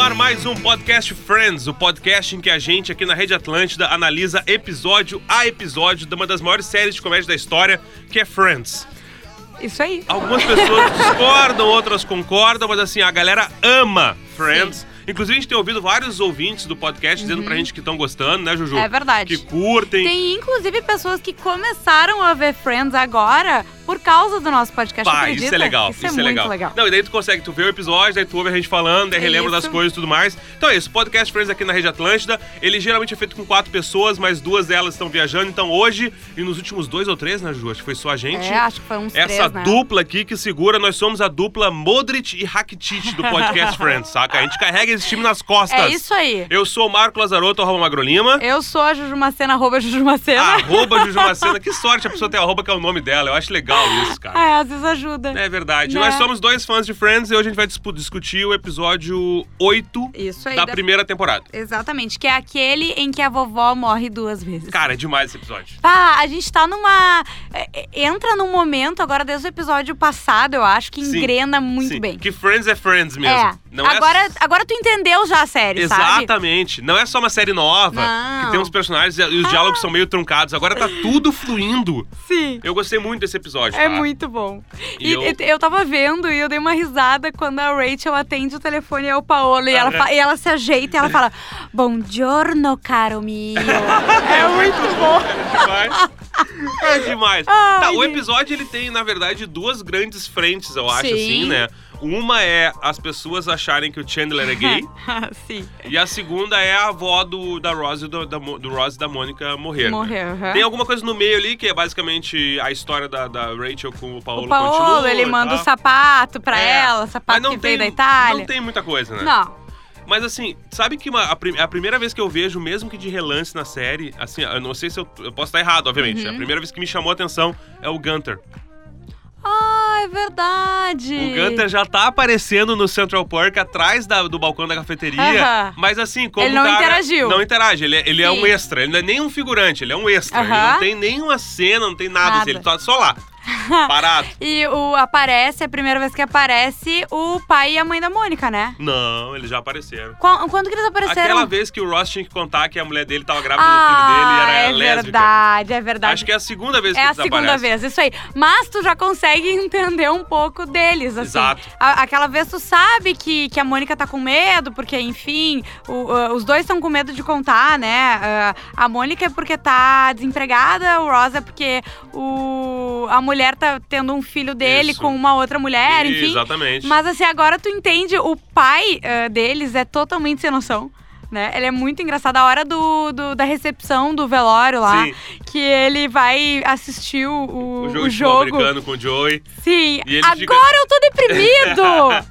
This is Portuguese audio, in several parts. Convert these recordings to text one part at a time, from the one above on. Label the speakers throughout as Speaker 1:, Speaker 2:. Speaker 1: ar mais um podcast Friends, o podcast em que a gente aqui na Rede Atlântida analisa episódio a episódio de uma das maiores séries de comédia da história, que é Friends.
Speaker 2: Isso aí.
Speaker 1: Algumas pessoas discordam, outras concordam, mas assim, a galera ama Friends. Inclusive, a gente tem ouvido vários ouvintes do podcast dizendo pra gente que estão gostando, né, Juju?
Speaker 2: Uhum. É verdade.
Speaker 1: Que curtem.
Speaker 2: Tem inclusive pessoas que começaram a ver Friends agora por causa do nosso podcast.
Speaker 1: Pá,
Speaker 2: acredita?
Speaker 1: isso é legal,
Speaker 2: Isso, é, muito legal. É
Speaker 1: Não, e daí tu consegue, tu vê o episódio, daí tu ouve a gente falando, daí relembra
Speaker 2: Isso.
Speaker 1: das coisas e tudo mais. Então é isso, podcast Friends aqui na Rede Atlântida. Ele geralmente é feito com quatro pessoas, mas duas delas estão viajando. Então hoje, e nos últimos dois ou três, né, Ju? Acho que foi só a gente.
Speaker 2: É, acho que foi uns
Speaker 1: Essa
Speaker 2: três, né?
Speaker 1: dupla aqui que segura, nós somos a dupla Modric e Rakitic do podcast Friends, saca? A gente carrega esse time nas costas.
Speaker 2: É isso aí.
Speaker 1: Eu sou o Marco Lazarotto, arroba Magro Lima.
Speaker 2: Eu sou a Juju Macena, arroba Juju Macena.
Speaker 1: Arroba Juju Macena. Que sorte a pessoa tem arroba que é o nome dela. Eu acho legal isso, cara.
Speaker 2: Ah, é, às vezes ajuda.
Speaker 1: É verdade.
Speaker 2: Né?
Speaker 1: Nós somos dois fãs de Friends e hoje a gente vai dispu- discutir o episódio 8
Speaker 2: Isso aí.
Speaker 1: da
Speaker 2: da-
Speaker 1: primeira temporada.
Speaker 2: Exatamente, que é aquele em que a vovó morre duas vezes.
Speaker 1: Cara, é demais esse episódio.
Speaker 2: Pá, a gente tá numa. é, é, Entra num momento agora, desde o episódio passado, eu acho, que
Speaker 1: Sim,
Speaker 2: engrena muito
Speaker 1: Sim,
Speaker 2: bem.
Speaker 1: Que Friends é Friends mesmo.
Speaker 2: É.
Speaker 1: Não
Speaker 2: agora,
Speaker 1: é...
Speaker 2: agora tu entendeu já a série, sabe?
Speaker 1: Exatamente. Não é só uma série nova,
Speaker 2: Não.
Speaker 1: que tem uns personagens e os diálogos são meio truncados. Agora tá tudo fluindo.
Speaker 2: Sim.
Speaker 1: Eu gostei muito desse episódio, tá?
Speaker 2: É muito bom.
Speaker 1: E
Speaker 2: E,
Speaker 1: eu-
Speaker 2: e- eu... tava vendo e eu dei uma risada quando a Rachel atende o telefone e é o Paolo. E ela,
Speaker 1: Ah,
Speaker 2: fa- e ela se ajeita e ela fala: Bom giorno, caro mio. é muito bom.
Speaker 1: demais. É demais.
Speaker 2: Ai,
Speaker 1: tá, o
Speaker 2: gente.
Speaker 1: episódio ele tem, na verdade, duas grandes frentes, eu acho,
Speaker 2: Sim.
Speaker 1: assim, né? Uma é as pessoas acharem que o Chandler é gay.
Speaker 2: Ah, Sim.
Speaker 1: E a segunda é a avó do, da Rose e do, da, Mo- do Rose e da Mônica morrer. né?
Speaker 2: Morreu. aham.
Speaker 1: Tem alguma coisa no meio ali que é basicamente a história da, da Rachel com o Paolo.
Speaker 2: O Paolo,
Speaker 1: continua
Speaker 2: ele
Speaker 1: e
Speaker 2: manda o
Speaker 1: tal.
Speaker 2: sapato pra
Speaker 1: É,
Speaker 2: ela, sapato
Speaker 1: Mas não
Speaker 2: que
Speaker 1: tem,
Speaker 2: veio da Itália.
Speaker 1: Não tem muita coisa, né?
Speaker 2: Não.
Speaker 1: Mas assim, sabe que uma- a, prim- a primeira vez que eu vejo, mesmo que de relance na série, assim, eu não sei se eu, eu posso estar errado, obviamente.
Speaker 2: Uhum.
Speaker 1: A primeira vez que me chamou a atenção é o Gunter.
Speaker 2: Ah, é verdade.
Speaker 1: O Gunter já tá aparecendo no Central Park, atrás da- do balcão da cafeteria.
Speaker 2: Aham.
Speaker 1: Mas assim, como
Speaker 2: Ele
Speaker 1: o
Speaker 2: não
Speaker 1: cara
Speaker 2: interagiu.
Speaker 1: Não interage, ele, é- ele é
Speaker 2: Sim.
Speaker 1: um extra. Ele não é nem um figurante, ele é um extra. Ele não
Speaker 2: Aham.
Speaker 1: tem nenhuma cena, não tem nada.
Speaker 2: Nada.
Speaker 1: assim, Ele tá só lá, parado.
Speaker 2: E o aparece, é a primeira vez que aparece, o pai e a mãe da Mônica, né?
Speaker 1: Não, eles já apareceram.
Speaker 2: Qual- Quando que eles apareceram?
Speaker 1: Aquela vez que o Ross tinha que contar que a mulher dele tava grávida do filho
Speaker 2: Ah,
Speaker 1: dele e era
Speaker 2: é
Speaker 1: lésbica.
Speaker 2: verdade, é verdade.
Speaker 1: Acho que é a segunda vez que
Speaker 2: É a
Speaker 1: eles
Speaker 2: segunda
Speaker 1: aparecem.
Speaker 2: vez, isso aí. Mas tu já consegue entender um pouco deles, assim.
Speaker 1: Exato.
Speaker 2: A- aquela vez tu sabe que, que a Mônica tá com medo, porque, enfim, o- ah, os dois estão com medo de contar, né? Ah, a Mônica é porque tá desempregada, o Rosa é porque o, a mulher tá tendo um filho dele
Speaker 1: Isso.
Speaker 2: com uma outra mulher, enfim.
Speaker 1: Exatamente.
Speaker 2: Mas assim, agora tu entende, o pai ah, deles é totalmente sem noção. Né? Ele é muito engraçado. A hora do, do- da recepção do velório lá,
Speaker 1: Sim.
Speaker 2: que ele vai assistir o, o-
Speaker 1: O
Speaker 2: o
Speaker 1: jogo,
Speaker 2: jogo.
Speaker 1: de futebol americano com o Joey.
Speaker 2: Sim.
Speaker 1: E ele
Speaker 2: Agora
Speaker 1: fica-
Speaker 2: eu tô deprimido!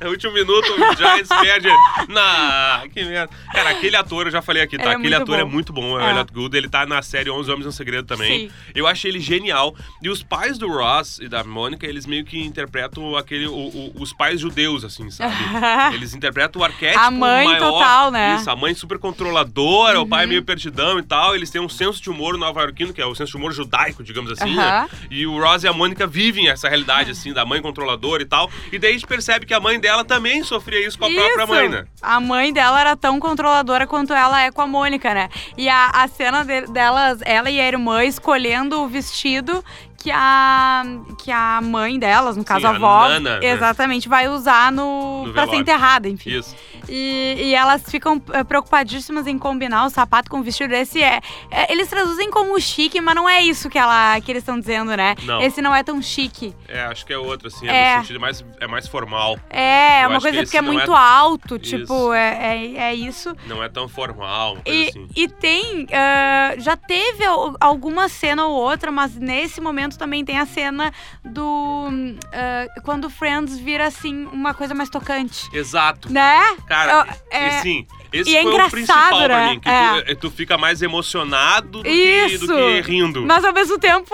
Speaker 1: No último minuto, o Giants perde. Na, que merda. Cara, aquele ator, eu já falei aqui, tá?
Speaker 2: Ele é
Speaker 1: aquele
Speaker 2: muito
Speaker 1: ator
Speaker 2: bom.
Speaker 1: é muito bom, é o
Speaker 2: É.
Speaker 1: Elliot Gould. Ele tá na série 11 Homens no Segredo também.
Speaker 2: Sim.
Speaker 1: Eu achei ele genial. E os pais do Ross e da Mônica, eles meio que interpretam aquele, o- o- os pais judeus, assim, sabe? Eles interpretam o arquétipo
Speaker 2: Ah. A mãe
Speaker 1: maior.
Speaker 2: total, né? Uhum.
Speaker 1: Isso, a mãe super controladora, o pai meio perdidão e tal. Eles têm um senso de humor nova-iorquino, que é o senso de humor judaico, digamos assim, né?
Speaker 2: Aham.
Speaker 1: E o Ross e a Mônica vivem essa realidade, assim, da mãe controladora e tal. E daí a gente percebe que a mãe dela também sofria isso com a própria mãe, né?
Speaker 2: A mãe dela era tão controladora quanto ela é com a Mônica, né? E a, a cena de- delas, ela e a irmã escolhendo o vestido que a, que a mãe delas, no caso
Speaker 1: Sim,
Speaker 2: a
Speaker 1: a
Speaker 2: avó,
Speaker 1: nana, né?
Speaker 2: exatamente, vai usar no,
Speaker 1: No
Speaker 2: pra ser
Speaker 1: velório.
Speaker 2: enterrada, enfim.
Speaker 1: Isso.
Speaker 2: E, e elas ficam eh, preocupadíssimas em combinar o sapato com o vestido. Esse é, é- Eles traduzem como chique, mas não é isso que, ela, que eles estão dizendo, né?
Speaker 1: Não.
Speaker 2: Esse não é tão chique.
Speaker 1: É, acho que é outra, assim, é,
Speaker 2: É.
Speaker 1: no sentido mais, é mais formal.
Speaker 2: É,
Speaker 1: Eu
Speaker 2: é uma
Speaker 1: acho que
Speaker 2: coisa
Speaker 1: esse
Speaker 2: porque é
Speaker 1: não é-
Speaker 2: muito alto,
Speaker 1: Isso.
Speaker 2: tipo, é, é, é isso.
Speaker 1: Não é tão formal, uma coisa
Speaker 2: E,
Speaker 1: assim.
Speaker 2: e tem. ah, já teve al- alguma cena ou outra, mas nesse momento também tem a cena do. hum, ah, quando Friends vira assim, uma coisa mais tocante.
Speaker 1: Exato.
Speaker 2: Né?
Speaker 1: Cara,
Speaker 2: Eu- é-
Speaker 1: e sim, esse
Speaker 2: e é
Speaker 1: foi o
Speaker 2: engraçado,
Speaker 1: principal pra
Speaker 2: né?
Speaker 1: mim. Que
Speaker 2: É.
Speaker 1: tu, tu fica mais emocionado do que, do
Speaker 2: Isso.
Speaker 1: que rindo.
Speaker 2: Mas ao mesmo tempo,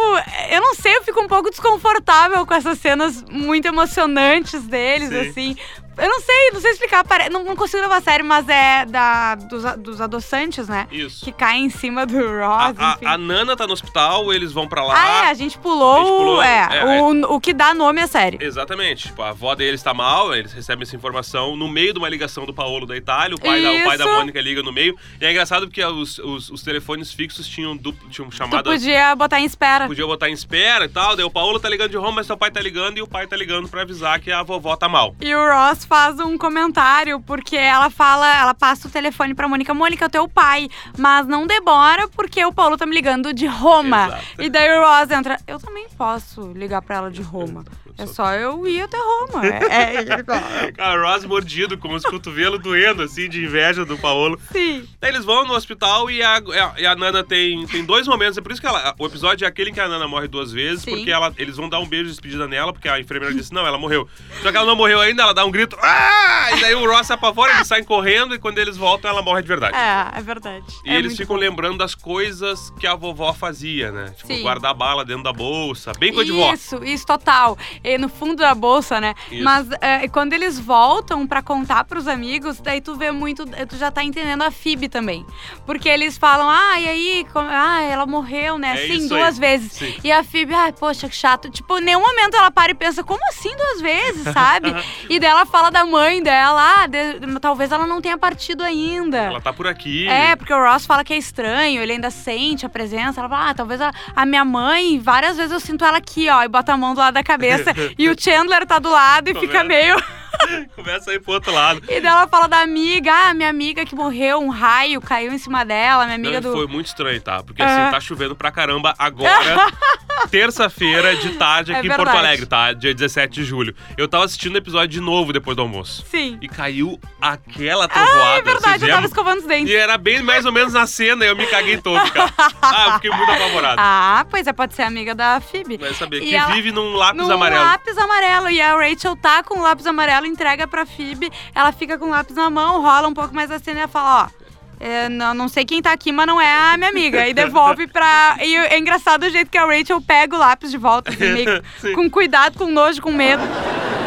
Speaker 2: eu não sei, eu fico um pouco desconfortável com essas cenas muito emocionantes deles,
Speaker 1: Sim.
Speaker 2: assim. Eu não sei, não sei explicar. pare- Não, não consigo levar a sério, mas é da, dos, a- dos adoçantes, né?
Speaker 1: Isso.
Speaker 2: Que caem em cima do
Speaker 1: A,
Speaker 2: Ross,
Speaker 1: a-
Speaker 2: enfim.
Speaker 1: a Nana tá no hospital, eles vão pra lá.
Speaker 2: ah, é, a gente pulou,
Speaker 1: A gente pulou,
Speaker 2: é,
Speaker 1: é,
Speaker 2: o, o que dá nome à série.
Speaker 1: Exatamente. Tipo, a avó deles tá mal, eles recebem essa informação no meio de uma ligação do Paolo da Itália. O pai, da, o pai da
Speaker 2: Isso.
Speaker 1: Mônica liga no meio. E é engraçado porque os, os- os telefones fixos tinham, duplo, tinham
Speaker 2: Tu
Speaker 1: chamada.
Speaker 2: podia botar em espera.
Speaker 1: Podia botar em espera e tal. Daí o Paolo tá ligando de Roma, mas seu pai tá ligando e o pai tá ligando pra avisar que a vovó tá mal.
Speaker 2: E o Ross faz um comentário, porque ela fala, ela passa o telefone pra Mônica, Mônica, é o teu pai, mas não demora porque o Paulo tá me ligando de Roma.
Speaker 1: Exato.
Speaker 2: E daí o Ross entra, eu também posso ligar pra ela de Roma. É só eu ir até Roma. É, é-
Speaker 1: Cara, o Ross mordido, com os cotovelos doendo, assim, de inveja do Paolo.
Speaker 2: sim.
Speaker 1: Daí eles vão no hospital e a, e a- e a Nana tem, tem dois momentos. É por isso que ela- o episódio é aquele em que a Nana morre duas vezes,
Speaker 2: Sim.
Speaker 1: porque ela- eles vão dar um beijo de despedida nela, porque a enfermeira disse, não, ela morreu. Só que ela não morreu ainda, ela dá um grito, ah! E daí o Ross se apavora, eles saem correndo e quando eles voltam, ela morre de verdade.
Speaker 2: É, é verdade.
Speaker 1: E
Speaker 2: É
Speaker 1: eles
Speaker 2: muito
Speaker 1: ficam
Speaker 2: bom.
Speaker 1: lembrando das coisas que a vovó fazia, né? Tipo,
Speaker 2: Sim.
Speaker 1: guardar bala dentro da bolsa, bem coisa de vó.
Speaker 2: Isso, isso, total. E no fundo da bolsa, né?
Speaker 1: Isso.
Speaker 2: Mas é, e quando eles voltam pra contar pros amigos, daí tu vê muito. Tu já tá entendendo a Fib também. Porque eles falam, ah, e aí? como- ah, ela morreu, né?
Speaker 1: É
Speaker 2: Sim,
Speaker 1: isso
Speaker 2: duas
Speaker 1: aí.
Speaker 2: vezes.
Speaker 1: Sim.
Speaker 2: E a Fib, ai, poxa, que chato. Tipo, em nenhum momento ela para e pensa, como assim duas vezes, sabe? e daí ela fala da mãe dela, ah, de- talvez ela não tenha partido ainda.
Speaker 1: Ela tá por aqui.
Speaker 2: É, porque o Ross fala que é estranho, ele ainda sente a presença. Ela fala, ah, talvez a, a minha mãe, várias vezes eu sinto ela aqui, ó, e bota a mão do lado da cabeça. e o Chandler tá do lado e
Speaker 1: Tô
Speaker 2: fica
Speaker 1: vendo.
Speaker 2: meio.
Speaker 1: Começa a ir pro outro lado.
Speaker 2: E daí ela fala da amiga, ah, minha amiga que morreu, um raio caiu em cima dela, minha
Speaker 1: Não,
Speaker 2: amiga
Speaker 1: e
Speaker 2: do. Ah.
Speaker 1: Foi muito estranho, tá? Porque
Speaker 2: Aham.
Speaker 1: assim, tá chovendo pra caramba agora, terça-feira de tarde
Speaker 2: É
Speaker 1: aqui em
Speaker 2: verdade.
Speaker 1: Porto Alegre, tá? Dia 17 de julho. Eu tava assistindo o episódio de novo depois do almoço.
Speaker 2: Sim.
Speaker 1: E caiu aquela trovoada.
Speaker 2: É verdade,
Speaker 1: vocês
Speaker 2: eu tava
Speaker 1: lembram?
Speaker 2: escovando os dentes.
Speaker 1: E era bem mais ou menos na cena e eu me caguei todo, cara. Ah, eu fiquei muito apavorado.
Speaker 2: Ah, pois é, pode ser amiga da Phoebe.
Speaker 1: Vai saber,
Speaker 2: E
Speaker 1: que
Speaker 2: ela-
Speaker 1: vive num lápis
Speaker 2: num
Speaker 1: amarelo.
Speaker 2: lápis amarelo. E a Rachel tá com o lápis amarelo, entrega pra Phoebe, ela fica com o lápis na mão, rola um pouco mais a cena e ela fala, ó. é, não, não sei quem tá aqui, mas não é a minha amiga. E devolve pra. E é engraçado o jeito que a Rachel pega o lápis de volta, assim, meio
Speaker 1: Sim.
Speaker 2: com cuidado, com nojo, com medo.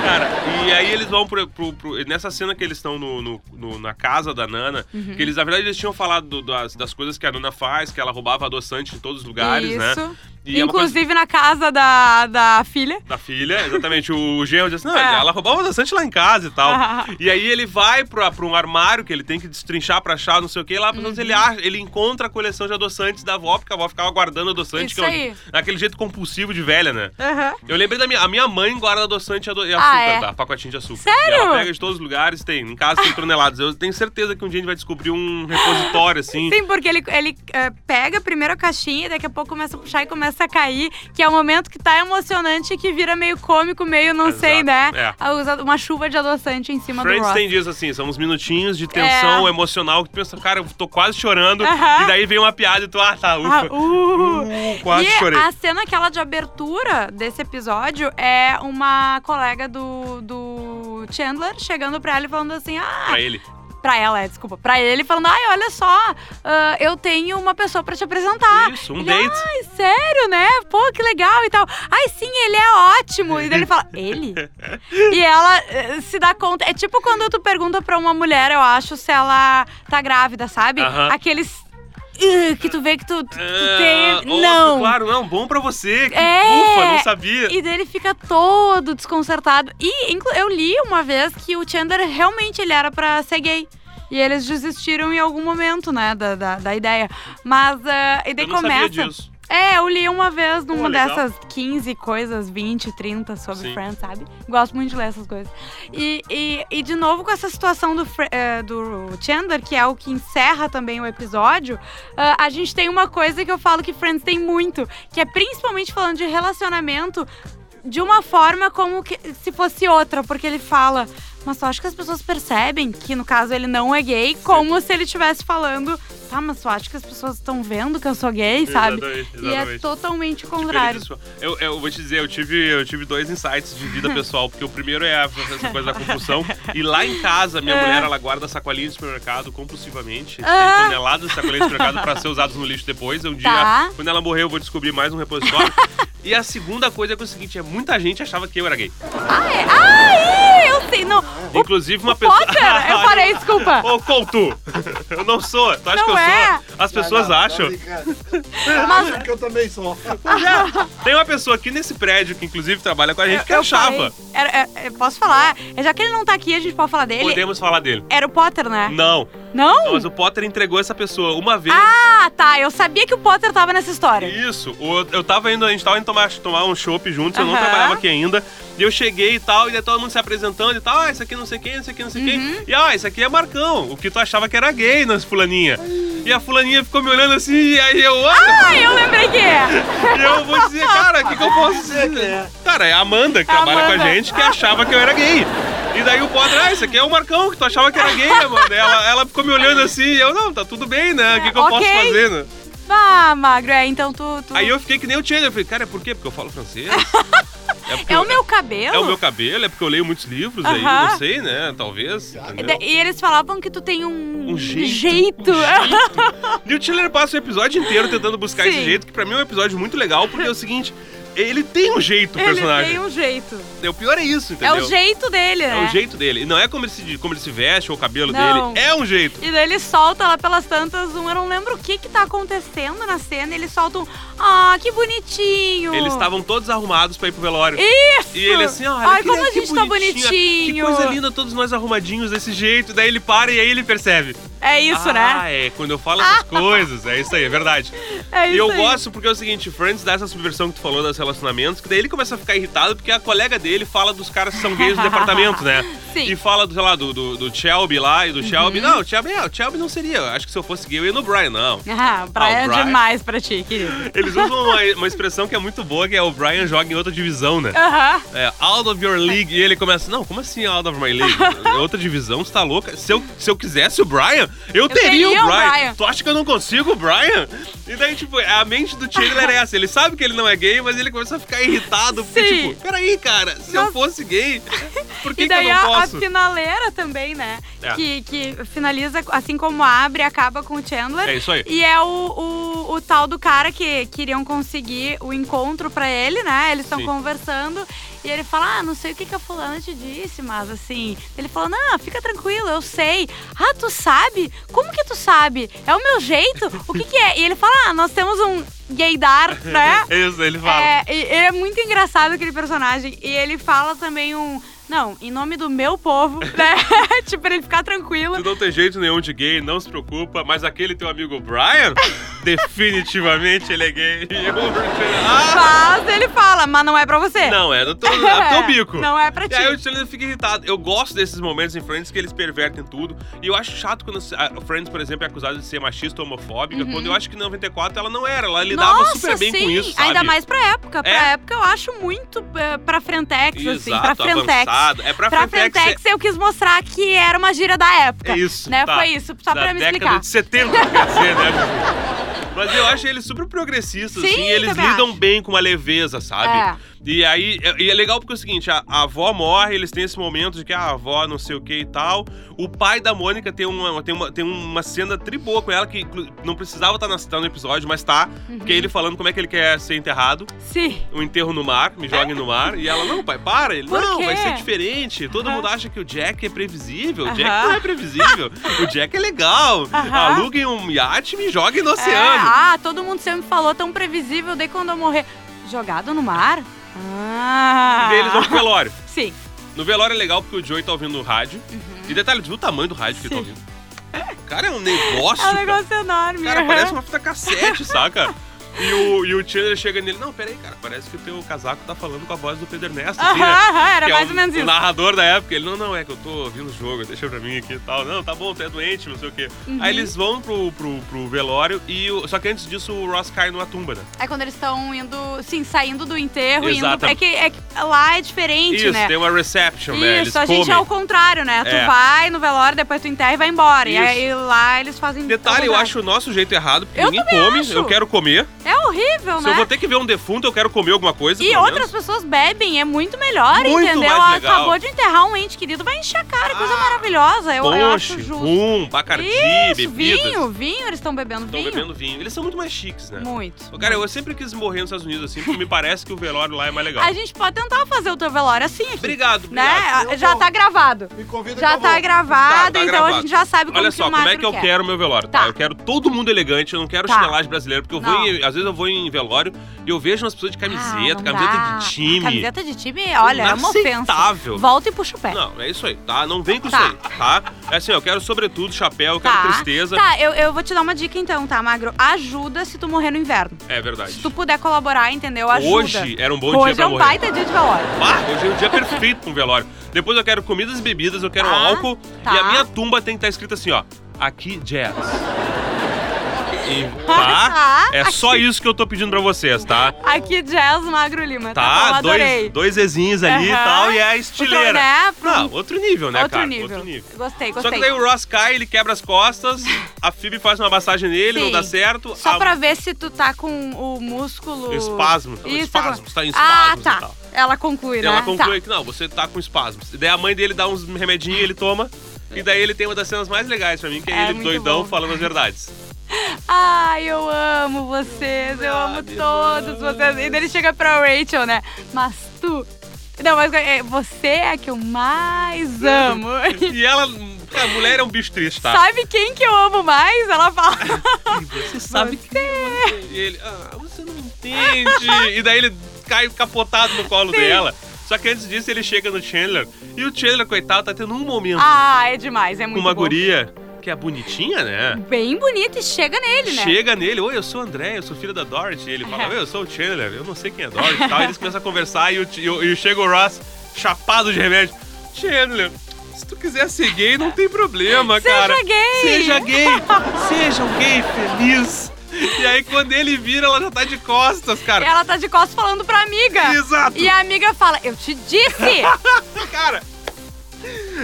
Speaker 1: Cara, e aí eles vão pro. pro- pro- nessa cena que eles estão no, no- no- na casa da Nana,
Speaker 2: Uhum.
Speaker 1: que eles, na verdade, eles tinham falado do- das, das coisas que a Nana faz, que ela roubava adoçante em todos os lugares, né?
Speaker 2: Isso.
Speaker 1: E é uma coisa
Speaker 2: Inclusive na casa da, da filha.
Speaker 1: da filha, exatamente. O Genro disse: Não,
Speaker 2: É.
Speaker 1: ela roubava adoçante lá em casa e tal. e aí ele vai pra, pra um armário que ele tem que destrinchar pra achar, não sei o quê. Lá, pelo menos,
Speaker 2: Uhum.
Speaker 1: ele, acha, ele encontra a coleção de adoçantes da avó, porque a avó ficava guardando adoçante,
Speaker 2: Isso
Speaker 1: que é um-
Speaker 2: aí.
Speaker 1: daquele jeito compulsivo de velha, né?
Speaker 2: Aham.
Speaker 1: Eu lembrei da minha, a minha mãe guarda adoçante e ado- e açúcar,
Speaker 2: Ah, é?
Speaker 1: tá? Pacotinho de açúcar.
Speaker 2: Sério?
Speaker 1: E ela pega de todos os lugares, tem. Em casa tem toneladas. Eu tenho certeza que um dia a gente vai descobrir um repositório, assim.
Speaker 2: Sim, porque ele, ele é, pega primeiro a caixinha, e daqui a pouco começa a puxar e começa a cair, que é um momento que tá emocionante e que vira meio cômico, meio não
Speaker 1: Exato,
Speaker 2: sei, né?
Speaker 1: é.
Speaker 2: A usa- Uma chuva de adoçante em cima do
Speaker 1: Friends
Speaker 2: Ross.
Speaker 1: tem dias assim, são uns minutinhos de tensão
Speaker 2: um É.
Speaker 1: emocional que tu pensa, cara, eu tô quase chorando.
Speaker 2: Aham.
Speaker 1: E daí vem uma piada e tu, ah, tá,
Speaker 2: Ah,
Speaker 1: ufa.
Speaker 2: uh.
Speaker 1: Uh, quase
Speaker 2: e
Speaker 1: chorei.
Speaker 2: a cena aquela de abertura desse episódio é uma colega do, do Chandler chegando pra ela e falando assim, ah,
Speaker 1: Pra ele.
Speaker 2: pra ela, é, desculpa, pra ele falando, ai, olha só, ah, eu tenho uma pessoa pra te apresentar.
Speaker 1: Isso, um
Speaker 2: Ele,
Speaker 1: date.
Speaker 2: Ai, sério, né? Pô, que legal e tal. Ai, sim, ele é ótimo. E daí ele fala, ele? e ela eh, se dá conta. É tipo quando tu pergunta pra uma mulher, eu acho, se ela tá grávida, sabe?
Speaker 1: Aham.
Speaker 2: Aqueles. "Ugh", que tu vê que tu, tu, tu
Speaker 1: Ah,
Speaker 2: teve.
Speaker 1: óbvio,
Speaker 2: não.
Speaker 1: Claro, não, bom pra você. Que
Speaker 2: É.
Speaker 1: ufa, não sabia.
Speaker 2: E daí ele fica todo desconcertado. E inclu- eu li uma vez que o Chandler realmente ele era pra ser gay. E eles desistiram em algum momento, né, da, da, da ideia. Mas, eh, e daí
Speaker 1: eu não
Speaker 2: começa.
Speaker 1: sabia disso.
Speaker 2: É, eu li uma vez numa
Speaker 1: Pô, legal.
Speaker 2: dessas 15 coisas, 20, 30 sobre
Speaker 1: Sim.
Speaker 2: Friends, sabe? Gosto muito de ler essas coisas. E, e, e de novo com essa situação do, Fre- eh, do Chandler, que é o que encerra também o episódio, ah, a gente tem uma coisa que eu falo que Friends tem muito, que é principalmente falando de relacionamento de uma forma como que se fosse outra, porque ele fala. Mas só acho que as pessoas percebem que, no caso, ele não é gay, como se ele estivesse falando. Tá, mas só acho que as pessoas estão vendo que eu sou gay, sabe?
Speaker 1: Exatamente,
Speaker 2: E é
Speaker 1: exatamente.
Speaker 2: totalmente o
Speaker 1: Experiência
Speaker 2: contrário.
Speaker 1: pessoal. Eu, eu vou te dizer, eu tive, eu tive dois insights de vida pessoal, porque o primeiro é a- essa coisa da compulsão. E lá em casa, minha mulher, ela guarda sacolinha de supermercado compulsivamente.
Speaker 2: É. Ah.
Speaker 1: Tem toneladas de sacolinha de supermercado pra ser usados no lixo depois. Um dia,
Speaker 2: Tá.
Speaker 1: quando ela morrer, eu vou descobrir mais um repositório. E a segunda coisa é que é o seguinte, é muita gente achava que eu era gay.
Speaker 2: Ah, é? Ah, é, eu sei. Não, Não, o
Speaker 1: Inclusive uma
Speaker 2: o
Speaker 1: pessoa.
Speaker 2: Potter, eu parei, desculpa.
Speaker 1: Ô, Couto! Eu não sou. Tu acha
Speaker 2: Não
Speaker 1: que eu
Speaker 2: é.
Speaker 1: sou? As
Speaker 3: Ah,
Speaker 1: pessoas acham.
Speaker 3: tá
Speaker 2: Mas-
Speaker 3: Acho É, que eu também sou.
Speaker 1: Tem uma pessoa aqui nesse prédio que, inclusive, trabalha com a gente que
Speaker 2: eu
Speaker 1: achava.
Speaker 2: parei. Era- é- é, posso falar? É, Já que ele não tá aqui, a gente pode falar dele.
Speaker 1: Podemos falar dele.
Speaker 2: Era o Potter, né?
Speaker 1: Não.
Speaker 2: Não?
Speaker 1: Hum, Não, mas o Potter entregou essa pessoa uma vez.
Speaker 2: Ah, tá. Eu sabia que o Potter tava nessa história.
Speaker 1: Isso, o- eu tava indo, a gente tava indo tomar, tomar um chopp juntos, eu não
Speaker 2: Aham.
Speaker 1: trabalhava aqui ainda. E eu cheguei e tal, e daí todo mundo se apresentando e tal, ah, isso aqui não sei quem, isso aqui não sei
Speaker 2: Uhum.
Speaker 1: quem. E ah, isso aqui é Marcão, o que tu achava que era gay nas fulaninha. E a fulaninha ficou me olhando assim, e aí eu, olha,
Speaker 2: Ah, eu lembrei que é.
Speaker 1: e eu vou dizer, cara, o que, que eu posso
Speaker 3: Dizer que
Speaker 1: dizer?
Speaker 3: é.
Speaker 1: Cara, é a Amanda que
Speaker 2: A
Speaker 1: trabalha com a
Speaker 2: Amanda.
Speaker 1: gente, que achava que eu era gay. E daí o Potter, ah, isso aqui é o Marcão, que tu achava que era gay, Amanda. Ela, ela ficou me olhando assim, e eu, não, tá tudo bem, né? O que, que eu posso
Speaker 2: Ok.
Speaker 1: fazer, né?
Speaker 2: Ah, magro, é. Então tu. tu-
Speaker 1: Aí eu fiquei que nem o Chandler. Eu falei, cara, é por quê? Porque eu falo francês? É, porque
Speaker 2: É
Speaker 1: eu-
Speaker 2: o meu cabelo?
Speaker 1: é o meu cabelo? É porque eu leio muitos livros aí?
Speaker 2: Aham.
Speaker 1: Não sei, né? Talvez.
Speaker 2: E
Speaker 1: entendeu?
Speaker 2: da- E eles falavam que tu tem um.
Speaker 1: Um jeito,
Speaker 2: jeito.
Speaker 1: E o Chandler passa o episódio inteiro tentando buscar esse
Speaker 2: Sim.
Speaker 1: jeito, que pra mim é um episódio muito legal, porque é o seguinte, ele tem um jeito, o
Speaker 2: Ele
Speaker 1: personagem.
Speaker 2: tem um jeito.
Speaker 1: É, O pior é isso, entendeu?
Speaker 2: É o jeito dele,
Speaker 1: É
Speaker 2: né?
Speaker 1: o jeito dele. E não é como ele se, como ele se veste ou o cabelo
Speaker 2: Não.
Speaker 1: dele. É um jeito.
Speaker 2: E daí ele solta lá pelas tantas um. Eu não lembro o que que tá acontecendo na cena. Eles soltam. Ah, que bonitinho.
Speaker 1: Eles estavam todos arrumados pra ir pro velório.
Speaker 2: Isso!
Speaker 1: E ele assim, olha,
Speaker 2: Ai,
Speaker 1: que-
Speaker 2: como a
Speaker 1: que
Speaker 2: gente tá
Speaker 1: Que
Speaker 2: bonitinho.
Speaker 1: coisa linda, todos nós arrumadinhos desse jeito. Daí ele para e aí ele percebe.
Speaker 2: É isso,
Speaker 1: ah,
Speaker 2: né?
Speaker 1: é. Quando eu falo essas coisas, é isso aí, é verdade.
Speaker 2: É isso.
Speaker 1: e eu
Speaker 2: aí.
Speaker 1: gosto porque é o seguinte, Friends dá essa subversão que tu falou dos relacionamentos, que daí ele começa a ficar irritado porque a colega dele fala dos caras que são gays do departamento, né?
Speaker 2: Sim. Uhum.
Speaker 1: E fala, do, sei lá, do, do, do Shelby lá e do Shelby. Não, o Shelby, é, o Shelby não seria. Acho que se eu fosse gay, eu ia no Brian, não.
Speaker 2: Ah, o Brian
Speaker 1: Ah, o
Speaker 2: é
Speaker 1: Brian.
Speaker 2: demais pra ti, querido.
Speaker 1: Eles usam uma, uma expressão que é muito boa, que é o Brian joga em outra divisão, né?
Speaker 2: Aham.
Speaker 1: É, out of your league. E ele começa, não, como assim out of my league? Outra divisão, você tá louca? Se eu, se eu quisesse o Brian, eu, teria, o Brian. Tu acha que eu não consigo o Brian? E daí, tipo, a mente do Chandler é essa. Ele sabe que ele não é gay, mas ele começa a ficar irritado. Porque,
Speaker 2: Sim.
Speaker 1: tipo, peraí, cara, se eu
Speaker 2: Nossa.
Speaker 1: fosse gay, por que,
Speaker 2: e daí
Speaker 1: que eu não
Speaker 2: a- a,
Speaker 1: posso?
Speaker 2: finaleira também, né?
Speaker 1: É.
Speaker 2: Que, que finaliza, assim como abre, acaba com o Chandler.
Speaker 1: É isso aí.
Speaker 2: E é o, o, o tal do cara que queriam conseguir o encontro pra ele, né? Eles estão
Speaker 1: Sim.
Speaker 2: conversando e ele fala: Ah, não sei o que, que a fulana te disse, mas assim. Ele falou: Não, fica tranquilo, eu sei. Ah, tu sabe? Como que tu sabe? É o meu jeito? O que, que é? E ele fala: Ah, nós temos um gaydar, né?
Speaker 1: É Isso, ele fala.
Speaker 2: É, e- ele é muito engraçado aquele personagem. E ele fala também um. Não, em nome do meu povo, né? tipo, pra ele ficar tranquilo.
Speaker 1: Tu não tem jeito nenhum de gay, não se preocupa, mas aquele teu amigo Brian, definitivamente ele é gay. E eu- Ah!
Speaker 2: Mas ele fala, mas não é pra você.
Speaker 1: Não, é do teu, é do teu bico.
Speaker 2: Não é pra
Speaker 1: E
Speaker 2: ti.
Speaker 1: aí o Chandler fica irritado. Eu gosto desses momentos em Friends que eles pervertem tudo. E eu acho chato quando a Friends, por exemplo, é acusada de ser machista ou homofóbica, quando eu acho que em 94 ela não era. Ela lidava
Speaker 2: Uhum. Nossa,
Speaker 1: super bem
Speaker 2: sim.
Speaker 1: com isso, sabe?
Speaker 2: Ainda mais pra época. Pra
Speaker 1: É.
Speaker 2: época eu acho muito é, pra frentex, assim. Pra
Speaker 1: Exato,
Speaker 2: frentex.
Speaker 1: avançado. É pra,
Speaker 2: Pra
Speaker 1: Frentex,
Speaker 2: frentex eu quis mostrar que era uma gíria da época.
Speaker 1: É isso.
Speaker 2: Né?
Speaker 1: tá.
Speaker 2: Foi isso, só
Speaker 1: da
Speaker 2: pra me
Speaker 1: década
Speaker 2: explicar.
Speaker 1: de 70, quer dizer, né? Juju? Mas eu acho eles super progressistas,
Speaker 2: Sim,
Speaker 1: assim, e eles
Speaker 2: também
Speaker 1: lidam
Speaker 2: acho.
Speaker 1: bem com uma leveza, sabe? E aí, e é legal porque é o seguinte, a, a avó morre, eles têm esse momento de que a avó não sei o que e tal. O pai da Mônica tem uma, tem uma, tem uma cena triboa com ela, que inclu- não precisava estar na, tá no episódio, mas tá.
Speaker 2: Uhum.
Speaker 1: Porque é ele falando como é que ele quer ser enterrado
Speaker 2: Sim.
Speaker 1: um enterro no mar, me joguem no mar. E ela, não, pai, para. Ele,
Speaker 2: Por
Speaker 1: não,
Speaker 2: quê?
Speaker 1: vai ser diferente. Todo
Speaker 2: Aham.
Speaker 1: mundo acha que o Jack é previsível. O Jack
Speaker 2: Aham.
Speaker 1: não é previsível. o Jack é legal.
Speaker 2: Aham.
Speaker 1: Aluguem um iate e me joguem no
Speaker 2: É,
Speaker 1: oceano.
Speaker 2: ah, todo mundo sempre falou tão previsível, daí quando eu morrer. Jogado no mar? Ah.
Speaker 1: E daí eles vão pro velório.
Speaker 2: Sim.
Speaker 1: No velório é legal porque o Joey tá ouvindo no rádio.
Speaker 2: Uhum.
Speaker 1: E detalhe, viu o tamanho do rádio que ele tá ouvindo? Cara, é um negócio.
Speaker 2: É
Speaker 1: cara.
Speaker 2: um negócio né? enorme.
Speaker 1: Cara, parece um uma fita cassete, saca? E o, e o Chandler chega nele, não, peraí, cara, parece que o teu casaco tá falando com a voz do Pedro Ernesto, assim, né?
Speaker 2: Aham, aham, era
Speaker 1: que é
Speaker 2: mais
Speaker 1: o-
Speaker 2: ou menos
Speaker 1: O
Speaker 2: isso.
Speaker 1: narrador da época, ele, não, não, é que eu tô ouvindo o jogo, deixa pra mim aqui e tal. Não, tá bom, tu é doente, não sei o quê.
Speaker 2: Uhum.
Speaker 1: Aí eles vão pro, pro, pro velório e. o- só que antes disso o Ross cai numa tumba, né?
Speaker 2: É quando eles estão indo, sim, saindo do enterro e indo.
Speaker 1: Exatamente.
Speaker 2: É que, é que lá é diferente,
Speaker 1: Isso,
Speaker 2: né?
Speaker 1: tem uma reception, né? Eles
Speaker 2: Isso, a gente
Speaker 1: comem.
Speaker 2: é o contrário, né?
Speaker 1: É.
Speaker 2: Tu vai no velório, depois tu enterra e vai embora. E
Speaker 1: Isso.
Speaker 2: aí lá eles fazem.
Speaker 1: Detalhe, eu
Speaker 2: tudo, né?
Speaker 1: acho o nosso jeito errado, porque
Speaker 2: Eu
Speaker 1: ninguém
Speaker 2: também
Speaker 1: come,
Speaker 2: acho.
Speaker 1: eu quero comer.
Speaker 2: É horrível,
Speaker 1: Se
Speaker 2: né?
Speaker 1: eu vou ter que ver um defunto, eu quero comer alguma coisa.
Speaker 2: E
Speaker 1: pelo menos.
Speaker 2: outras pessoas bebem, é muito melhor,
Speaker 1: Muito
Speaker 2: entendeu?
Speaker 1: mais
Speaker 2: Ah,
Speaker 1: legal.
Speaker 2: Acabou de enterrar um ente querido, vai encher a cara, coisa
Speaker 1: Ah,
Speaker 2: maravilhosa. Eu, eu acho
Speaker 1: Ponche,
Speaker 2: justo.
Speaker 1: rum, bacardi,
Speaker 2: Isso,
Speaker 1: bebidas.
Speaker 2: vinho, vinho, eles estão bebendo
Speaker 1: Estão
Speaker 2: vinho.
Speaker 1: bebendo vinho. Eles são muito mais chiques, né?
Speaker 2: Muito.
Speaker 1: Cara, eu sempre quis morrer nos Estados Unidos assim, porque me parece que o velório lá é mais legal.
Speaker 2: A gente pode tentar fazer o teu velório assim aqui.
Speaker 1: Obrigado, obrigado.
Speaker 2: né?
Speaker 3: assim, Eu
Speaker 2: Já
Speaker 3: vou.
Speaker 2: tá gravado.
Speaker 3: Me convida
Speaker 2: Já
Speaker 3: que eu
Speaker 2: tá
Speaker 3: vou.
Speaker 2: gravado,
Speaker 1: Tá, tá
Speaker 2: então
Speaker 1: gravado.
Speaker 2: a gente já sabe como
Speaker 1: Olha
Speaker 2: que
Speaker 1: só,
Speaker 2: o
Speaker 1: como é
Speaker 2: magro
Speaker 1: que eu
Speaker 2: quer.
Speaker 1: quero meu velório, tá?
Speaker 2: Tá.
Speaker 1: Eu quero todo mundo elegante, eu não quero
Speaker 2: Tá.
Speaker 1: chinelagem brasileira, porque eu vou
Speaker 2: Não.
Speaker 1: em, às vezes eu vou em velório e eu vejo umas pessoas de
Speaker 2: Ah,
Speaker 1: camiseta,
Speaker 2: não
Speaker 1: camiseta
Speaker 2: dá.
Speaker 1: de time.
Speaker 2: Camiseta de time, olha, é uma ofensa.
Speaker 1: inaceitável.
Speaker 2: Volta e puxa o pé.
Speaker 1: Não, é isso aí, tá? Não vem com
Speaker 2: Tá.
Speaker 1: isso aí, tá? É assim, eu quero sobretudo chapéu, eu quero
Speaker 2: Tá.
Speaker 1: tristeza.
Speaker 2: Tá, eu, eu vou te dar uma dica então, tá, Magro? Ajuda se tu morrer no inverno.
Speaker 1: É
Speaker 2: Se
Speaker 1: verdade.
Speaker 2: tu puder colaborar, entendeu? Ajuda.
Speaker 1: Hoje era um bom dia
Speaker 2: Hoje
Speaker 1: pra
Speaker 2: é um
Speaker 1: morrer.
Speaker 2: baita dia de velório.
Speaker 1: Bah, hoje é um dia perfeito pra um velório. Depois eu quero comidas e bebidas, eu quero
Speaker 2: Tá,
Speaker 1: álcool.
Speaker 2: tá.
Speaker 1: E a minha tumba tem que estar escrita assim, ó. Aqui, jazz. E, tá?
Speaker 2: Tá.
Speaker 1: É só isso que eu tô pedindo pra vocês, tá?
Speaker 2: Aqui, Jazz Magro Lima, tá, bom?
Speaker 1: Tá?
Speaker 2: Adorei.
Speaker 1: Dois, dois Ezinhos ali e
Speaker 2: Aham.
Speaker 1: tal, e é a
Speaker 2: Outro,
Speaker 1: estileira.
Speaker 2: né? Pro-
Speaker 1: Não, outro nível, né,
Speaker 2: outro
Speaker 1: cara?
Speaker 2: nível.
Speaker 1: Outro nível.
Speaker 2: Gostei,
Speaker 1: Só
Speaker 2: gostei.
Speaker 1: que daí o Ross cai, ele quebra as costas, a Phoebe faz uma massagem nele, não
Speaker 2: Sim.
Speaker 1: dá certo.
Speaker 2: Só
Speaker 1: a-
Speaker 2: pra ver se tu tá com o músculo...
Speaker 1: Espasmo. Não,
Speaker 2: Isso,
Speaker 1: espasmos,
Speaker 2: agora.
Speaker 1: tá em espasmos e
Speaker 2: Ah, tá.
Speaker 1: tal.
Speaker 2: Ela conclui, né?
Speaker 1: Ela conclui
Speaker 2: Tá.
Speaker 1: que não, você tá com espasmos. E daí a mãe dele dá uns remedinhos, ele toma. E daí ele tem uma das cenas mais legais pra mim, que é,
Speaker 2: É
Speaker 1: ele
Speaker 2: muito
Speaker 1: doidão
Speaker 2: bom.
Speaker 1: falando as verdades.
Speaker 2: Ai, eu amo vocês, eu amo todos vocês. E daí ele chega pra Rachel, né? Mas tu... Não, mas é, você é a que eu mais amo.
Speaker 1: E ela. A mulher é um bicho triste, tá?
Speaker 2: Sabe quem que eu amo mais? Ela fala.
Speaker 1: Você sabe
Speaker 2: é.
Speaker 1: que. E ele. Ah, você não entende. e daí ele cai capotado no colo dela. Só que antes disso ele chega no Chandler. E o Chandler, coitado, tá tendo um momento
Speaker 2: Ah, é demais, é
Speaker 1: com
Speaker 2: muito
Speaker 1: uma
Speaker 2: bom.
Speaker 1: guria que é bonitinha, né?
Speaker 2: Bem bonita e chega nele, né?
Speaker 1: Chega nele, oi, eu sou o André, eu sou filho da Dorothy. Ele fala, oi, eu sou o Chandler, eu não sei quem é Dorothy e tal. Eles começam a conversar e, o, e, o- e chega o Ross chapado de remédio. Chandler, se tu quiser ser gay, não tem problema,
Speaker 2: Seja
Speaker 1: cara.
Speaker 2: gay."
Speaker 1: Seja gay! Seja um gay feliz! E aí, quando ele vira, ela já tá de costas,
Speaker 2: E
Speaker 1: cara.
Speaker 2: Ela tá de costas falando pra amiga.
Speaker 1: Exato!
Speaker 2: É. E a amiga fala, eu te disse!
Speaker 1: Cara!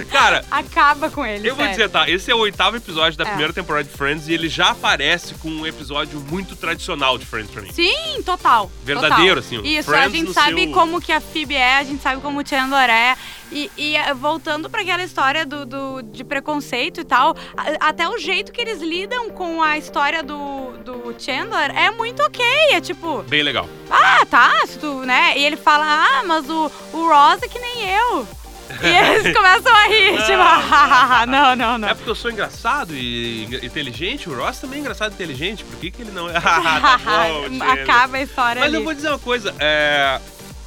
Speaker 1: Cara,
Speaker 2: Acaba com ele.
Speaker 1: Eu vou
Speaker 2: sério.
Speaker 1: dizer, tá, esse é o oitavo episódio da
Speaker 2: É.
Speaker 1: primeira temporada de Friends e ele já aparece com um episódio muito tradicional de Friends pra mim.
Speaker 2: Sim, total.
Speaker 1: Verdadeiro, assim,
Speaker 2: total.
Speaker 1: o
Speaker 2: Isso,
Speaker 1: Friends
Speaker 2: a gente
Speaker 1: no
Speaker 2: sabe
Speaker 1: seu-
Speaker 2: como que a Phoebe é, a gente sabe como o Chandler é. E, e, eh, voltando pra aquela história do, do- de preconceito e tal, a- até o jeito que eles lidam com a história do, do Chandler é muito ok. É tipo,
Speaker 1: Bem legal.
Speaker 2: ah, tá, se tu, né? E ele fala, ah, mas o, o Ross é que nem eu. E eles começam a rir, tipo, ah, não, não, não.
Speaker 1: É porque eu sou engraçado e engra- inteligente. O Ross também é engraçado e inteligente. Por que, que ele não é? Tá bom, Chandler.
Speaker 2: Acaba a história
Speaker 1: Mas
Speaker 2: ali.
Speaker 1: eu vou dizer uma coisa. É...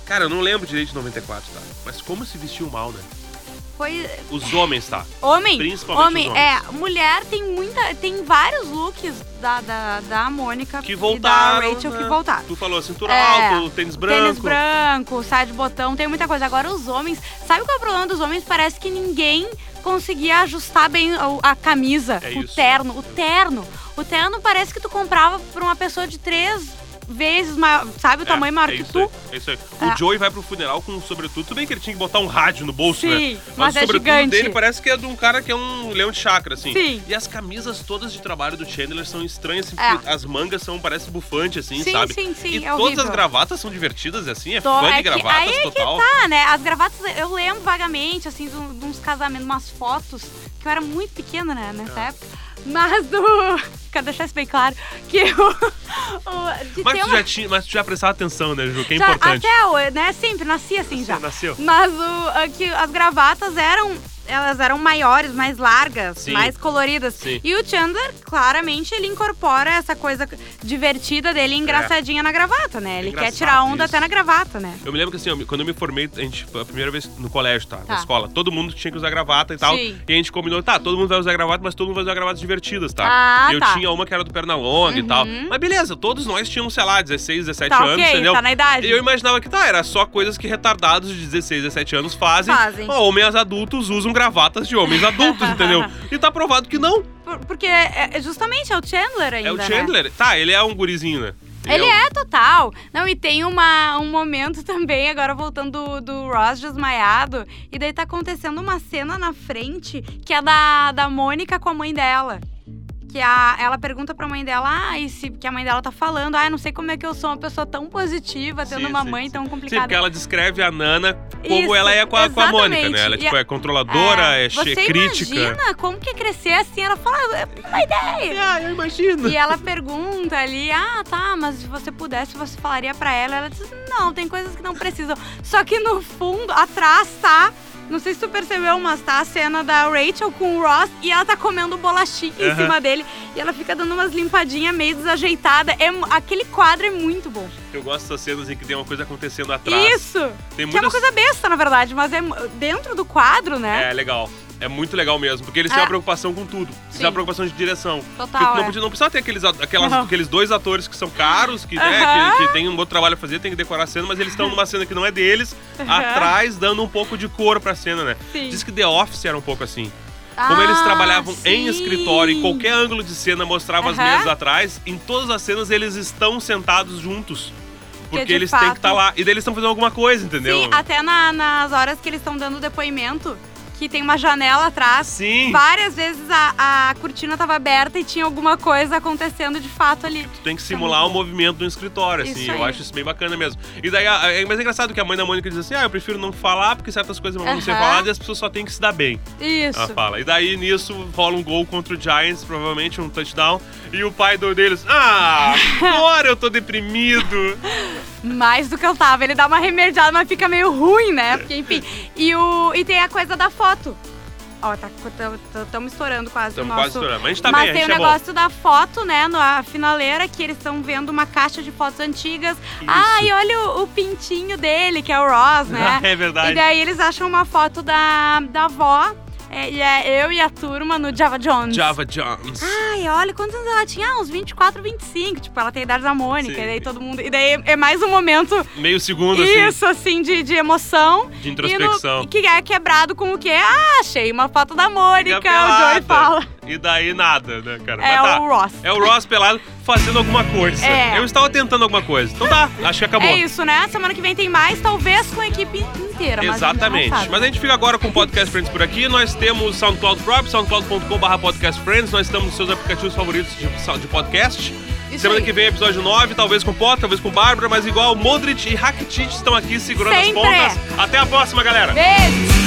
Speaker 1: Cara, eu não lembro direito de 94, tá? Mas como se vestiu mal, né?
Speaker 2: Foi
Speaker 1: Os homens, tá?
Speaker 2: homem.
Speaker 1: Principalmente
Speaker 2: Homem,
Speaker 1: os
Speaker 2: é, mulher tem muita, tem vários looks da, da, da Mônica
Speaker 1: Que
Speaker 2: e
Speaker 1: voltaram,
Speaker 2: da Rachel
Speaker 1: né?
Speaker 2: que voltaram.
Speaker 1: Tu falou cintura
Speaker 2: É,
Speaker 1: alta, o tênis branco.
Speaker 2: Tênis branco, saia de botão, tem muita coisa. Agora os homens, sabe qual é o problema dos homens? Parece que ninguém conseguia ajustar bem o- a camisa,
Speaker 1: É
Speaker 2: o
Speaker 1: isso.
Speaker 2: terno, o terno. O terno parece que tu comprava pra uma pessoa de três vezes maior, sabe, o
Speaker 1: É,
Speaker 2: tamanho maior
Speaker 1: é
Speaker 2: que
Speaker 1: isso
Speaker 2: tu.
Speaker 1: aí, é isso aí. O
Speaker 2: É.
Speaker 1: Joey vai pro funeral com um sobretudo. Tudo bem que ele tinha que botar um rádio no bolso, né?
Speaker 2: Sim, mas
Speaker 1: o
Speaker 2: é
Speaker 1: sobretudo
Speaker 2: gigante.
Speaker 1: dele parece que é de um cara que é um leão de chakra, assim.
Speaker 2: Sim.
Speaker 1: E as camisas todas de trabalho do Chandler são estranhas, assim,
Speaker 2: É.
Speaker 1: porque as mangas são, parece bufante, assim,
Speaker 2: Sim,
Speaker 1: sabe?
Speaker 2: sim, sim,
Speaker 1: E
Speaker 2: é
Speaker 1: todas
Speaker 2: horrível.
Speaker 1: as gravatas são divertidas, assim, é
Speaker 2: Tô-
Speaker 1: fã
Speaker 2: é
Speaker 1: de
Speaker 2: que-
Speaker 1: gravatas
Speaker 2: aí é que
Speaker 1: total.
Speaker 2: Ah, né? As gravatas, eu lembro vagamente, assim, de um- de uns casamentos, umas fotos, que eu era muito pequena, né, nessa
Speaker 1: Ah.
Speaker 2: época. Mas do. Quero deixar isso bem claro, que o. o- de
Speaker 1: Mas
Speaker 2: ter
Speaker 1: tu,
Speaker 2: uma-
Speaker 1: já tinha, mas tu já prestava atenção, né, Ju? Que é
Speaker 2: já-
Speaker 1: importante.
Speaker 2: Até, o- né? Sempre, nasci assim já.
Speaker 1: Nasceu.
Speaker 2: Mas o, a- que as gravatas eram. Elas eram maiores, mais largas,
Speaker 1: Sim.
Speaker 2: mais coloridas.
Speaker 1: Sim.
Speaker 2: E o Chandler, claramente, ele incorpora essa coisa divertida dele, engraçadinha na gravata, né? Ele quer
Speaker 1: É. Engraçado
Speaker 2: tirar onda
Speaker 1: isso.
Speaker 2: até na gravata, né?
Speaker 1: Eu me lembro que assim, eu me- quando eu me formei, a gente foi a primeira vez no colégio, tá? Na
Speaker 2: Tá.
Speaker 1: escola, todo mundo tinha que usar gravata e tal.
Speaker 2: Sim.
Speaker 1: E a gente combinou, tá, todo mundo vai usar gravata, mas todo mundo vai usar gravatas divertidas, tá?
Speaker 2: Ah,
Speaker 1: e eu
Speaker 2: tá. Uhum.
Speaker 1: tinha uma que era do Pernalonga e tal. Mas beleza, todos nós tínhamos, sei lá, 16, 17
Speaker 2: Tá
Speaker 1: anos,
Speaker 2: ok,
Speaker 1: entendeu?
Speaker 2: tá na idade.
Speaker 1: E eu imaginava que, tá, era só coisas que retardados de 16, 17 anos fazem.
Speaker 2: Fazem.
Speaker 1: Ó, Homens adultos usam gravatas de homens adultos, entendeu? E tá provado que não.
Speaker 2: Por- porque é, é justamente é o Chandler ainda.
Speaker 1: é o
Speaker 2: né?
Speaker 1: Chandler. Tá, ele é um gurizinho, né?
Speaker 2: Ele
Speaker 1: um-
Speaker 2: é total. Não, e tem uma, um momento também, agora voltando do, do Ross desmaiado, e daí tá acontecendo uma cena na frente que é da, da Mônica com a mãe dela. que a, ela pergunta pra mãe dela, ah, e se, que a mãe dela tá falando, ah, não sei como é que eu sou uma pessoa tão positiva, tendo
Speaker 1: Sim,
Speaker 2: uma
Speaker 1: sim,
Speaker 2: mãe tão
Speaker 1: Sim,
Speaker 2: complicada.
Speaker 1: porque ela descreve a Nana como
Speaker 2: Isso,
Speaker 1: ela é com a, com a Mônica,
Speaker 2: exatamente.
Speaker 1: né? Ela
Speaker 2: E
Speaker 1: tipo, é controladora, é, che-
Speaker 2: Você
Speaker 1: crítica.
Speaker 2: imagina como que é crescer assim? Ela fala, "Eu- eu tenho uma ideia.
Speaker 1: Ah, eu imagino.
Speaker 2: E ela pergunta ali, ah, tá, mas se você pudesse, você falaria pra ela. Ela diz, não, tem coisas que não precisam. Só que no fundo, atrás tá, não sei se tu percebeu, mas tá a cena da Rachel com o Ross e ela tá comendo bolachinha em
Speaker 1: Aham.
Speaker 2: cima dele. E ela fica dando umas limpadinhas meio desajeitada. É, mu- aquele quadro é muito bom.
Speaker 1: Eu gosto dessas cenas em que tem uma coisa acontecendo atrás.
Speaker 2: Isso!
Speaker 1: Tem
Speaker 2: Que é uma
Speaker 1: muitas.
Speaker 2: coisa besta, na verdade, mas é mu- dentro do quadro, né?
Speaker 1: É, legal. É muito legal mesmo, porque eles têm
Speaker 2: Ah.
Speaker 1: uma preocupação com tudo. Eles
Speaker 2: Sim.
Speaker 1: têm uma preocupação de direção. Tipo,
Speaker 2: Total.
Speaker 1: não,
Speaker 2: é.
Speaker 1: podia- não precisa ter aqueles, at- aquelas-
Speaker 2: Não.
Speaker 1: aqueles dois atores que são caros, que, né,
Speaker 2: Aham.
Speaker 1: que, que tem um outro trabalho a fazer, tem que decorar a cena, mas eles estão numa cena que não é deles,
Speaker 2: Aham.
Speaker 1: atrás, dando um pouco de cor pra cena, né?
Speaker 2: Sim.
Speaker 1: Diz que The Office era um pouco assim. Como eles
Speaker 2: Ah,
Speaker 1: trabalhavam em
Speaker 2: sim.
Speaker 1: escritório, em qualquer ângulo de cena mostrava as
Speaker 2: Aham.
Speaker 1: mesas atrás, em todas as cenas eles estão sentados juntos. Porque
Speaker 2: de
Speaker 1: eles têm que
Speaker 2: fato-
Speaker 1: estar lá. E daí eles estão fazendo alguma coisa, entendeu?
Speaker 2: Sim, até na- nas horas que eles estão dando depoimento, que tem uma janela atrás.
Speaker 1: Sim,
Speaker 2: Várias vezes a, a cortina estava aberta e tinha alguma coisa acontecendo de fato ali.
Speaker 1: tu tem que simular o movimento do escritório, assim.
Speaker 2: Isso
Speaker 1: eu
Speaker 2: aí.
Speaker 1: acho isso bem bacana mesmo. E daí, a- a- mas é engraçado que a mãe da Mônica diz assim: ah, eu prefiro não falar porque certas coisas vão ser
Speaker 2: Aham.
Speaker 1: faladas e as pessoas só têm que se dar bem. Ela
Speaker 2: Isso.
Speaker 1: fala. E daí nisso rola um gol contra o Giants, provavelmente um touchdown. E o pai do deles, ah, agora eu tô deprimido.
Speaker 2: Mais do que eu tava. Ele dá uma remediada, mas fica meio ruim,
Speaker 1: É.
Speaker 2: né? Porque, enfim. E, o, e tem a coisa da foto. Ó, tá, estamos estourando quase o
Speaker 1: Estamos
Speaker 2: nosso...
Speaker 1: quase estourando. Mas a gente tá
Speaker 2: Mas
Speaker 1: bem, a
Speaker 2: tem o
Speaker 1: gente é bom.
Speaker 2: negócio da foto, né, na finaleira, que eles estão vendo uma caixa de fotos antigas. Ah, e olha o, o pintinho dele, que é o Ross, né?
Speaker 1: É
Speaker 2: E
Speaker 1: verdade.
Speaker 2: daí eles acham uma foto da, da avó. É, e é eu e a turma no Java Jones.
Speaker 1: Java Jones.
Speaker 2: Ai, olha, quantos anos ela tinha? Ah, uns 24, 25. Tipo, ela tem a idade da Mônica.
Speaker 1: Sim.
Speaker 2: E daí todo mundo. E daí é mais um momento.
Speaker 1: Meio segundo, assim,
Speaker 2: Isso, assim, de, de emoção.
Speaker 1: de
Speaker 2: E
Speaker 1: introspecção.
Speaker 2: no- que é quebrado com o quê? Ah, achei uma foto da Mônica.
Speaker 1: Fica
Speaker 2: O Joey
Speaker 1: pelada.
Speaker 2: fala.
Speaker 1: E daí nada, né, cara?
Speaker 2: É
Speaker 1: Mas tá.
Speaker 2: o Ross.
Speaker 1: É o Ross pelado fazendo alguma coisa.
Speaker 2: É.
Speaker 1: Eu estava tentando alguma coisa. Então tá, acho que acabou.
Speaker 2: É isso, né? Semana que vem tem mais, talvez com a equipe inteira. mas
Speaker 1: Exatamente.
Speaker 2: a gente não sabe.
Speaker 1: Mas a gente fica agora com o Podcast Friends por aqui. Nós temos SoundCloud próprio, soundcloud.com.br podcastfriends. Nós estamos nos seus aplicativos favoritos de, de podcast.
Speaker 2: Isso
Speaker 1: Semana
Speaker 2: aí.
Speaker 1: que vem, episódio 9, talvez com Pó, talvez com Bárbara, mas igual Modric e Rakitic estão aqui segurando
Speaker 2: Sempre.
Speaker 1: as pontas. Até a próxima, galera!
Speaker 2: Beijo!